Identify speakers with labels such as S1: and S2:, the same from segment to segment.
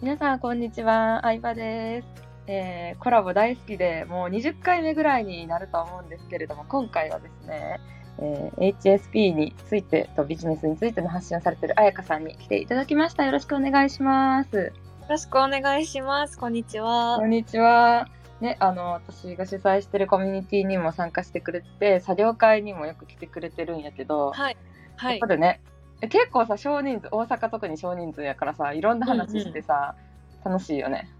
S1: 皆さんこんにちは、相葉です。えーコラボ大好きでもう20回目ぐらいになると思うんですけれども、今回はですね、えー HSP についてとビジネスについての発信をされている彩香さんに来ていただきました。よろしくお願いします。
S2: よろしくお願いします。こんにちは
S1: こ。んにちは。ね、あの私が主催してるコミュニティにも参加してくれて作業会にもよく来てくれてるんやけど、
S2: はい。は
S1: やっ
S2: い
S1: ぱ。りねえ結構さ少人数大阪特に少人数やからさいろんな話してさ、楽しいよね。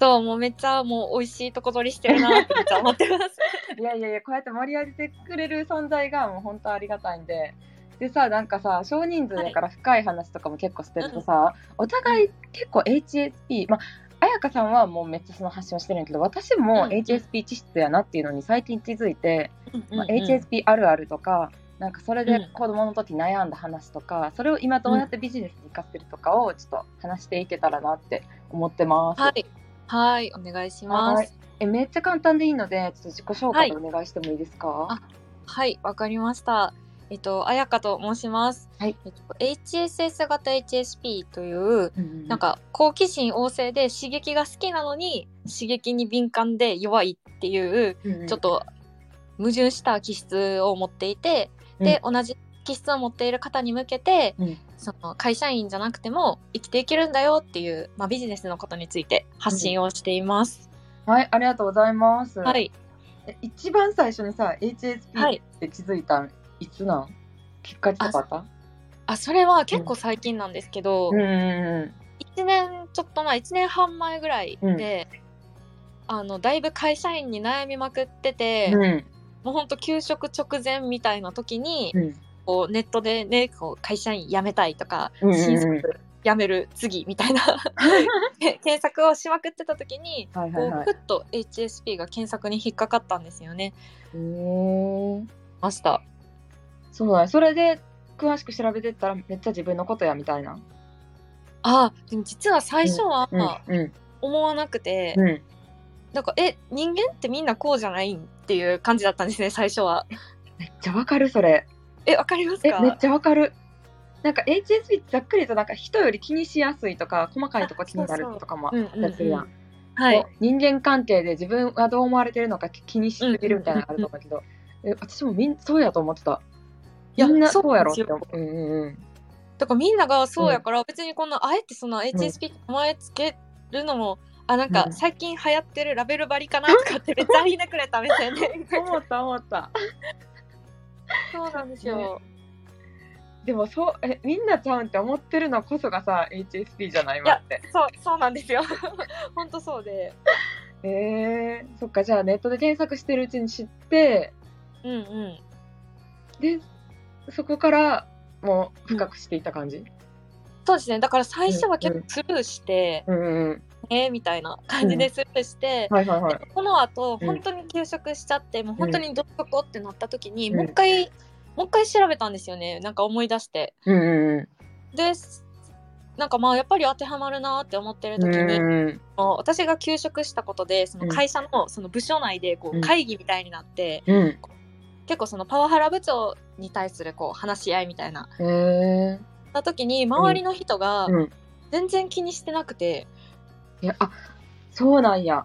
S2: と、もうめっちゃもう美味しいとこ取りしてるなってめっちゃ思ってます。
S1: いやいやいや、こうやって盛り上げてくれる存在がもう本当ありがたいんで。でさ、なんかさ、少人数だから深い話とかも結構してるとさ、お互い結構 HSP、まあ、彩香さんはもうめっちゃその発信をしてるんやけど、私も
S2: うん
S1: HSP 気質やなっていうのに最近気づいて、まあ、
S2: うんうん
S1: HSP あるあるとか、なんかそれで
S2: うん
S1: 子供の時悩んだ話とか、それを今どうやってビジネスに活かせるとかをちょっと話していけたらなって思ってます。
S2: はい。はい。お願いしま
S1: はい
S2: す。
S1: えめっちゃ簡単でいいので、ちょっと自己紹介お願いしてもいいですか、
S2: あはい。わかりました。えっと、あやかと申します。
S1: はい。
S2: えっと、HSS 型 HSP という、
S1: な
S2: なん、か好奇心旺盛で刺激が好きなのに刺激に敏感で弱いっていう、ちょっ
S1: と、
S2: と矛盾した気質を持っていて、で、同じ気質を持っている方に向けて、
S1: うん
S2: その会社員じゃなくても生きていけるんだよっていう、まあ、ビジネスのことについて発信をしています。
S1: はい、ありがとうございます。
S2: は。い、
S1: え一番最初にさ、HSP
S2: は
S1: っ
S2: い、
S1: て気づいたん、いつなんきっかけとかあった
S2: あそれは結構最近なんですけど、
S1: うんう
S2: 1年ちょっと前1年半前ぐらいで、あのだいぶ会社員に悩みまくってて、
S1: んうんうん。
S2: もうほんと休職直前みたいな時に、
S1: うん
S2: こうネットでねこう会社員辞めたいとか、
S1: うんうんうん
S2: 新卒辞める次みたいな 検索をしまくってた時に、
S1: はいは
S2: こ
S1: いは
S2: う
S1: い。
S2: ふっと HSP が検索に引っかかったんですよね。
S1: へー
S2: ました。
S1: そうだね。それで、詳しく調べてったら、めっちゃ自分のことやみたいな。
S2: あーでも実は最初は
S1: うんうん
S2: 思わなくて、
S1: うん。
S2: なんかえ人間ってみんなこうじゃないんっていう感じだったんです ね最初は。
S1: めっちゃわかる、それ。
S2: えわかります
S1: え、めっ
S2: か？
S1: ちゃわかる。なんか HSP ってざっくりとなんか人より気にしやすいとか細かいとこ気になるとかもあ
S2: うん
S1: っ
S2: うん
S1: たりする
S2: う
S1: やん
S2: ん。はい
S1: こう人間関係で自分はどう思われてるのか気にしすぎるみたいなのがあると思うけど、え私もみんそうやと思ってた。
S2: いや
S1: みんなそうやろって
S2: そうなん
S1: 思う。うんうんうん。
S2: だからみんながそうやから、別にこんなあえてその HSP って名前つけるのも、あなん
S1: う
S2: か
S1: ん
S2: 最近流行ってるラベル張りかなとかってめっちゃひねくれた目 線で
S1: 思った思った。
S2: そうなんですよ。
S1: でもそうえみんなちゃうんって思ってるのこそがさ HSP じゃない今って。
S2: そうそうなんですよ。 本当そうで。
S1: えー、そっかじゃあネットで検索してるうちに知って
S2: うんうん。
S1: でそこからもう深くしていった感じ。
S2: そうですね。だから最初は結構スルーして、
S1: うんうんうん。
S2: ねみたいな感じでスルーして、
S1: はいはいはい。
S2: この後
S1: うん
S2: 本当に休職しちゃって、もう本当にどっとこってなった時に、
S1: うん
S2: もう一回もう一回調べたんですよねなんか思い出して
S1: うんう
S2: でなんかまあやっぱり当てはまるなって思ってる
S1: んうん。
S2: 時
S1: うん
S2: に、
S1: うんうん
S2: もう私が休職したことでその
S1: うん
S2: 会社のその部署内でこ
S1: うん
S2: う会議みたいになって、
S1: うん。
S2: 結構そのパワハラ部長に対するこう話し合いみたいな
S1: へえ
S2: な時に周りの人が
S1: ー。うん。
S2: 全然気にしてなくて、
S1: いやあそうなんや。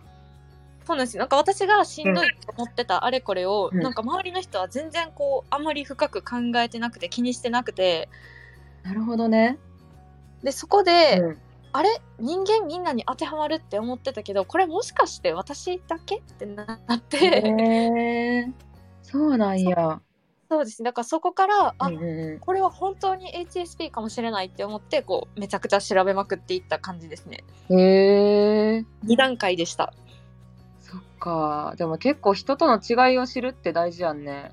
S2: そうなんですよなんか私がしんどいと思ってたあれこれを、
S1: うん
S2: なんか周りの人は全然こうあんまり深く考えてなくて気にしてなくて
S1: なるほどね。
S2: でそこで、
S1: うん
S2: あれ人間みんなに当てはまるって思ってたけどこれもしかして私だけってなって、
S1: へーそうなんや。
S2: そうですねだからそこからあ、
S1: うんうんう
S2: これは本当に HSP かもしれないって思ってこうめちゃくちゃ調べまくっていった感じですね
S1: んへえ。
S2: 2段階でした
S1: そっか。でも結構人との違いを知るって大事やんね。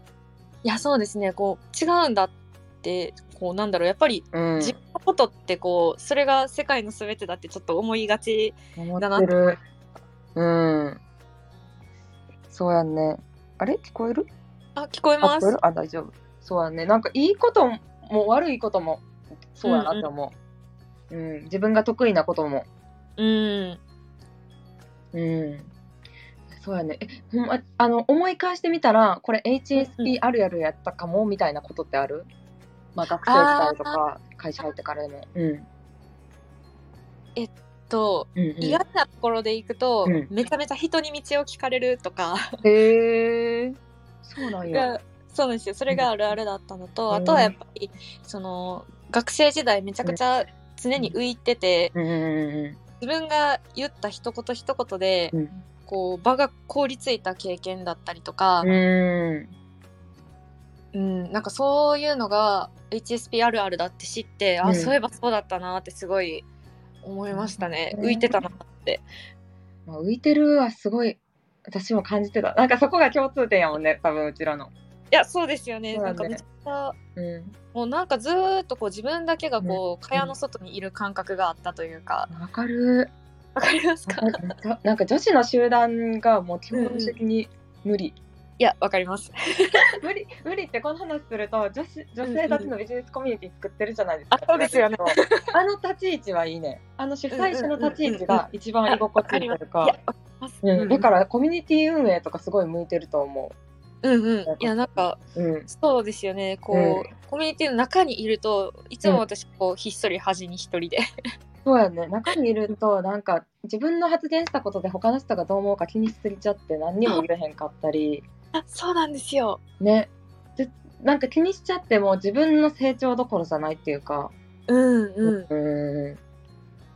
S2: いやそうですねこう違うんだってこうなんだろうやっぱり
S1: うん。
S2: 自分のことってこうそれが世界の全てだってちょっと思いがち
S1: 思
S2: だな
S1: ってる。うん。そうやんね。あれ聞こえる
S2: あ聞こえ
S1: あ
S2: ま
S1: 聞こえ
S2: す
S1: るあ、大丈夫。そうやんね。なんかいいことも悪いこともそうやなって思う。うん、自分が得意なことも。
S2: うん
S1: うん。そうやね。え、ほんま、あの、思い返してみたら、これ
S2: うんう
S1: HSP
S2: ん
S1: あるあるやったかも、みたいなことってあるまあ、学生時代とか、会社入ってからでも。うん。
S2: えっと、
S1: うんうん
S2: 嫌なところで行くと、
S1: うん
S2: めちゃめちゃ人に道を聞かれるとか
S1: へえそうなんや。
S2: がそうなんですよそれがあるあるだったのと、
S1: うん
S2: あとはやっぱりその学生時代めちゃくちゃ常に浮いてて、
S1: うんう
S2: 自分が言った一言一言で、
S1: んうん
S2: こう場が凍りついた経験だったりとか、
S1: うん。う
S2: うん、なんかそういうのが HSP あるあるだって知って、
S1: うん
S2: あそういえばそうだったなってすごい思いましたね、
S1: うん
S2: 浮いてたなって
S1: ん。浮いてるはすごい。私も感じてた。なんかそこが共通点やもんね。多分うちらの。
S2: いやそうですよね
S1: そう
S2: な
S1: だ
S2: ん
S1: ね
S2: かめちゃくちゃ
S1: うん。
S2: もうなんかずーっとこう自分だけがこう、蚊帳の外にいる感覚があったというか
S1: わかる。
S2: わかります
S1: わ
S2: か
S1: かるめっちゃなんか女子の集団がもう基本的に無理。
S2: いやわかります
S1: 無理無理ってこの話すると女子女性たちのビジネスコミュニティ作ってるじゃないですか。
S2: あそうですよね
S1: あの立ち位置はいいね。あの主催者の立ち位置が一番居心地いいという
S2: いやわ
S1: か。
S2: かります、
S1: うん、だからコミュニティ運営とかすごい向いてると思
S2: うんうんいやなんか
S1: う。うん。
S2: そうですよねこう、コミュニティの中にいるといつも私こうひっそり端に一人で
S1: そうやね。中にいるとなんか自分の発言したことで他の人がどう思うか気にしすぎちゃって何にも言えへんかったり。
S2: あ そうなんですよ
S1: ね。でなんか気にしちゃっても自分の成長どころじゃないっていうか。
S2: うんうん
S1: うん。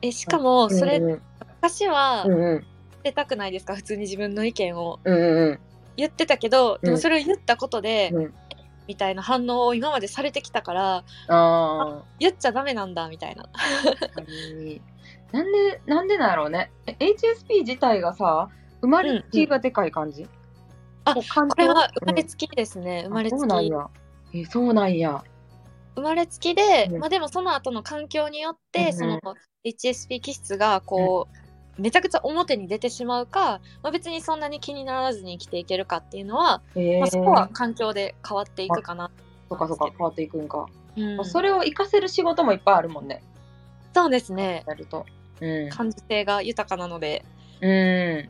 S2: えしかもそれ
S1: うん
S2: 昔は
S1: うんうん
S2: 出たくないですか普通に自分の意見を
S1: うんうん
S2: 言ってたけどで
S1: う
S2: も
S1: ん
S2: それを言ったことで、
S1: うん
S2: みたいな反応を今までされてきたから
S1: あ
S2: 言っちゃダメなんだみたいな
S1: あ確かになんでなんでなんやろうねえ HSP 自体がさ生まれつきがでかい感じ、
S2: あ
S1: こう環境
S2: これは生まれつきですね、生まれつ
S1: あ
S2: き
S1: そうなん
S2: 生
S1: やえそうなんや
S2: まれつきで、
S1: うん
S2: まあでもその後の環境によっ
S1: うん
S2: て、
S1: うん
S2: その HSP 気質がこう、めちゃくちゃ表に出てしまうか、まあ、別にそんなに気にならずに生きていけるかっていうのは、
S1: えー
S2: まあ、そこは環境で変わっていくかな、
S1: そっかそっか変わっていくんか、
S2: うん
S1: それを活かせる仕事もいっぱいあるもんね
S2: そうですね
S1: やるとうん、
S2: 感受性が豊かなので
S1: うん、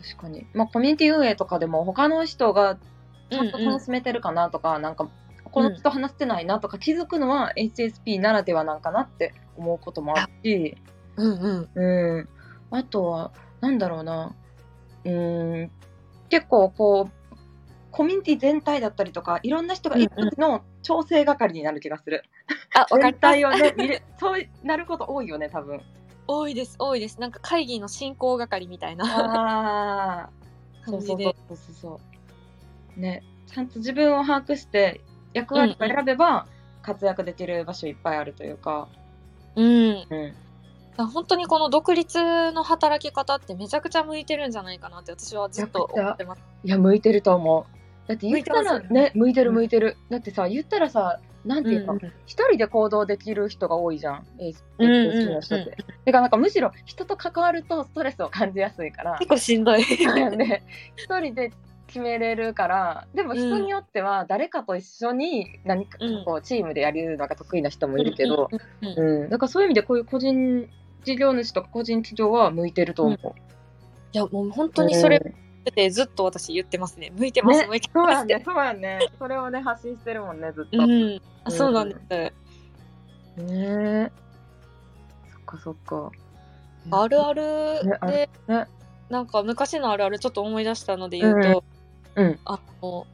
S1: 確かにまあコミュニティ運営とかでも他の人がちゃんと
S2: うんうん
S1: 楽しめてるかなとか、なんかこの人話してないなとか気づくのは HSP ならではなんかなって思うこともあるし、
S2: うんうん
S1: うん、あとはなんだろうなうん結構こうコミュニティ全体だったりとかいろんな人が一つの調整係になる気がする、
S2: あわかり
S1: 全
S2: ま
S1: 体
S2: す
S1: をね見れそうなること多いよね多分
S2: 多いです多いですなんか会議の進行係みたいな
S1: ああ
S2: 感じ
S1: そう
S2: で
S1: そうそうそうそうねちゃんと自分を把握して役割を選べば活躍できる場所いっぱいあるというか、
S2: うん
S1: うん、
S2: 本当にこの独立の働き方ってめちゃくちゃ向いてるんじゃないかなって私はずっと思ってます
S1: いや向いてると思うだって言ったら
S2: 向いてますよね
S1: ね向いてる
S2: うん
S1: 向いてる、だってさ言ったらさなんていうか、
S2: うん
S1: 一人で行動できる人が多いじゃん HSP
S2: うんうん
S1: の人って。てかなんかむしろ人と関わるとストレスを感じやすい から
S2: 結構しんどい
S1: なんで一人で決めれるからでも人によっては誰かと一緒に何か
S2: うん
S1: こうチームでやるのが得意な人もいるけど、
S2: うんうんうん
S1: う
S2: い
S1: ん、だからそういう意味でこういう個人事業主とか個人企業は向いてると思う。
S2: やもう本当にそれ
S1: うん
S2: ってずっと私言ってますね向いてます、
S1: ね
S2: 向いて
S1: そう
S2: ま
S1: や
S2: す
S1: ん
S2: って
S1: ね、そうやんね。それをね、発信してるもんね、ずっと。
S2: うんあそうなんです、
S1: ねえ。そっかそっか。
S2: あるある
S1: ねあ
S2: で、
S1: ね
S2: なんか昔のあるあるちょっと思い出したので言うと、
S1: うんうん
S2: あの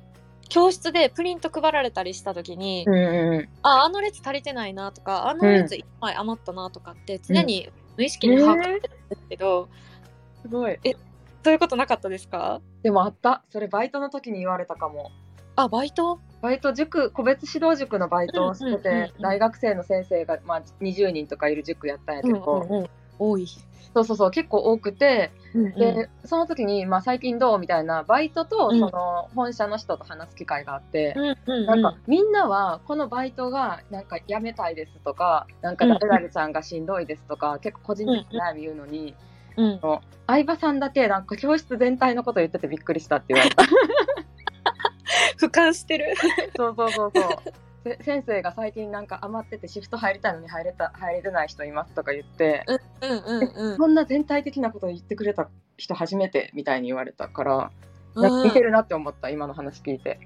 S2: 教室でプリント配られたりした時に、
S1: うんうんうん。
S2: ああの列足りてないなとかあの列一枚余ったなとかって常に無意識
S1: え
S2: に把握して
S1: ー
S2: るんですけど、
S1: すごい。
S2: そういうことなかったですか
S1: でもあった。それバイトの時に言われたかも。
S2: あバイト
S1: バイト塾個別指導塾のバイトをしてて、
S2: うんうんうんうん
S1: 大学生の先生が、まあ、20人とかいる塾やったんやけど、
S2: 多い、
S1: そうそうそう結構多くて、
S2: うんうん
S1: でその時に、まあ、最近どうみたいなバイトと
S2: うん
S1: その本社の人と話す機会があって、
S2: うんうんうん、
S1: なんかみんなはこのバイトがなんか辞めたいですとかなんか
S2: うんうん
S1: 誰々ちゃんがしんどいですとか結構個人的な悩み言うのに、
S2: うん、
S1: 相葉さんだけなんか教室全体のこと言っててびっくりしたって言われた。
S2: 俯瞰してる
S1: そうそうそうそう。せ先生が最近なんか余っててシフト入りたいのに入れた入れてない人いますとか言って、
S2: うんうん
S1: そんな全体的なことを言ってくれた人初めてみたいに言われたから、
S2: う
S1: なんか
S2: ん、う
S1: 似て
S2: ん、
S1: るなって思った今の話聞いて。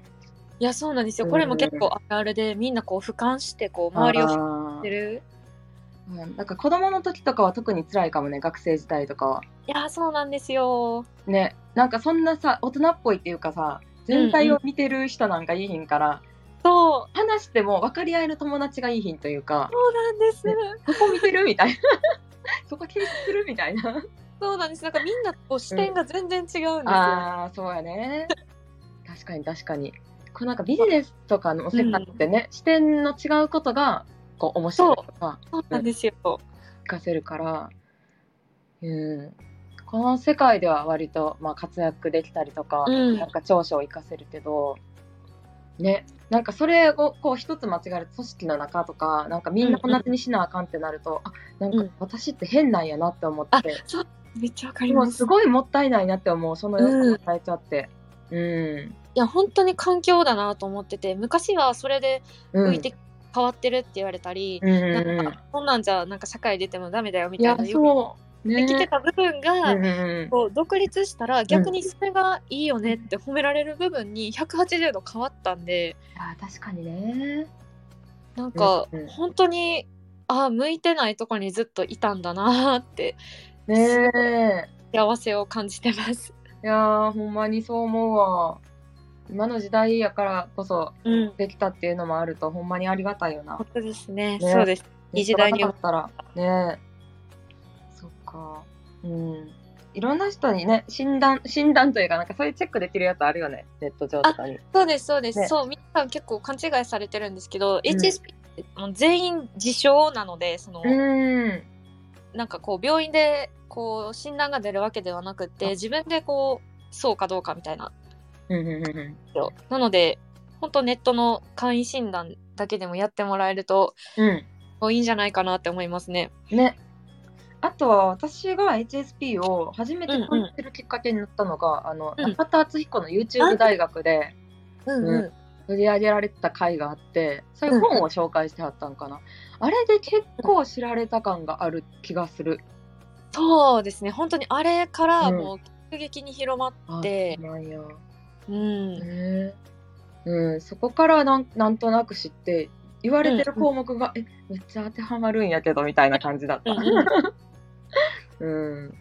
S2: いやそうなんですよこれも結構あるあるでみんなこう俯瞰してこう周り
S1: あ
S2: を俯瞰
S1: ー
S2: してる
S1: うん、なんか子供の時とかは特に辛いかもね学生時代とかは。
S2: いやーそうなんですよ。
S1: ねなんかそんなさ大人っぽいっていうかさ全体を見てる人なんかいいひんから、
S2: そう
S1: 話しても分かり合える友達がいいひんというか
S2: そうなんです。
S1: そこ見てるみたいな そこ軽視するみたいな
S2: そうなんです。なんかみんなこう視点が全然違うんですよ。
S1: ああそうやね確かに確かにこうなんかビジネスとかの世界ってね、視点の違うことがこう面白いとか
S2: そうなんですよ。
S1: 活かせるから、うん、この世界では割と、まあ、活躍できたりとか、
S2: うん
S1: なんか長所を生かせるけどねなんかそれをこう一つ間違えると組織の中とかなんかみんな同じにしなあかんってなると、あな
S2: うんん
S1: か私って変なんやなって思って、
S2: めっちゃわかり
S1: も
S2: ま
S1: う
S2: す。
S1: す
S2: い
S1: ごいもったいないなって思うその良さを与えちゃって。うん
S2: や本当に環境だなと思ってて、昔はそれで
S1: うん
S2: 浮いて変わってるって言われたり、
S1: うん
S2: なん
S1: うんう
S2: かこんなんじゃなんか社会出てもダメだよみ
S1: ん、い
S2: たい
S1: や
S2: なよ
S1: そう
S2: く
S1: ね
S2: できてた部分が、
S1: うんうん
S2: こう独立したら逆にそれがいいよねって褒められる部分に180度変わったんで
S1: あ確かにね
S2: なんか
S1: うんうん
S2: 本当にああ向いてないとこにずっといたんだなーって
S1: ねえ
S2: 幸せを感じてます。
S1: いやーほんまにそう思うわ今の時代やからこそ
S2: うん、
S1: できたっていうのもあるとほんまにありがたいよな
S2: 本当ですね
S1: ね
S2: そうです。いい時代に
S1: あったらねえそっかうんいろんな人にね診断診断というかなんかそういうチェックできるやつあるよねネット上とかに
S2: そうですそうです、
S1: ね
S2: そう皆さん結構勘違いされてるんですけど、
S1: ん
S2: HSP ってもう全員自称なのでその、
S1: うん
S2: なんかこう病院でこう診断が出るわけではなく
S1: あ
S2: て自分でこうそうかどうかみたいな
S1: うんうんうんうん
S2: よなので本当ネットの簡易診断だけでもやってもらえると
S1: うん
S2: いいんじゃないかなって思いますね。
S1: ね。あとは私が HSP を初めて感じてるきっかけになったのが、あの
S2: うん
S1: 中田敦彦の YouTube 大学で
S2: うん
S1: うん取り上げられてた回があってそれ本を紹介してはったんかな、あれで結構知られた感がある気がする
S2: そうですね本当にあれから
S1: うん
S2: もう急激に広まっ
S1: あ
S2: て
S1: そうなんや
S2: うん、
S1: ねうん、そこからなんなんとなく知って言われてる項目が、えめっちゃ当てはまるんやけどみたいな感じだった、
S2: うんうん
S1: うん、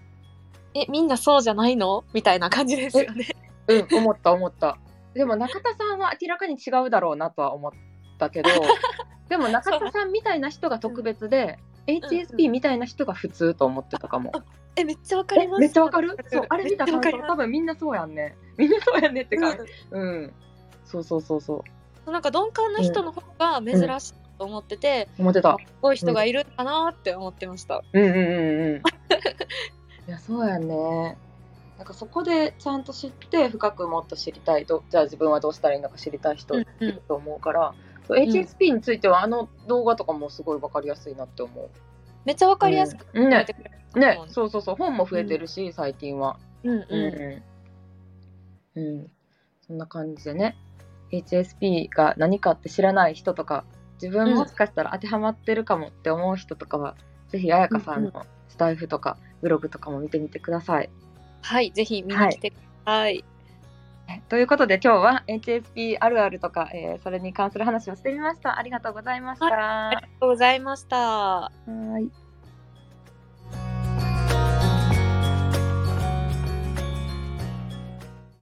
S2: えみんなそうじゃないのみたいな感じですよね。
S1: うん、思った思った。でも中田さんは明らかに違うだろうなとは思った けど、でも中田さんみたいな人が特別で、HSP みたいな人が普通と思ってたかも。
S2: えめっちゃわか
S1: え
S2: ります。
S1: めっちゃわかるそう、あれ見た
S2: めっちゃ
S1: 感
S2: わか
S1: 想
S2: り、ます
S1: 多分みんなそうやんね。みんなそうやんねって感じ。うん。そうそうそうそう。
S2: うんなんか鈍感な人の方が珍しいと思ってて、
S1: 思ってた。
S2: すごい人がいるんだなって思ってました。
S1: うんうんうん うん。いや、そうやんね。なんかそこでちゃんと知って深くもっと知りたいとじゃあ自分はどうしたらいいのか知りたい人
S2: うんう
S1: い
S2: ん
S1: ると思うから、そう
S2: うん
S1: HSP についてはあの動画とかもすごい分かりやすいなって思う。分
S2: めっちゃわかりやすく
S1: うん
S2: 教え
S1: ね
S2: てくれると
S1: ね
S2: 思う、んで
S1: そうそうそう本も増えてるし、最近は。
S2: うんう
S1: うん、うん、そんな感じでね HSP が何かって知らない人とか自分もしかしたら当てはまってるかもって思う人とかは、ぜひ彩香さんのスタイフとかブログとかも見てみてください。
S2: ん。はいぜひ見に来てください。
S1: ということで今日は HSP あるあるとか、えーそれに関する話をしてみました。ありがとうございました。
S2: ありがとうございました。
S1: はい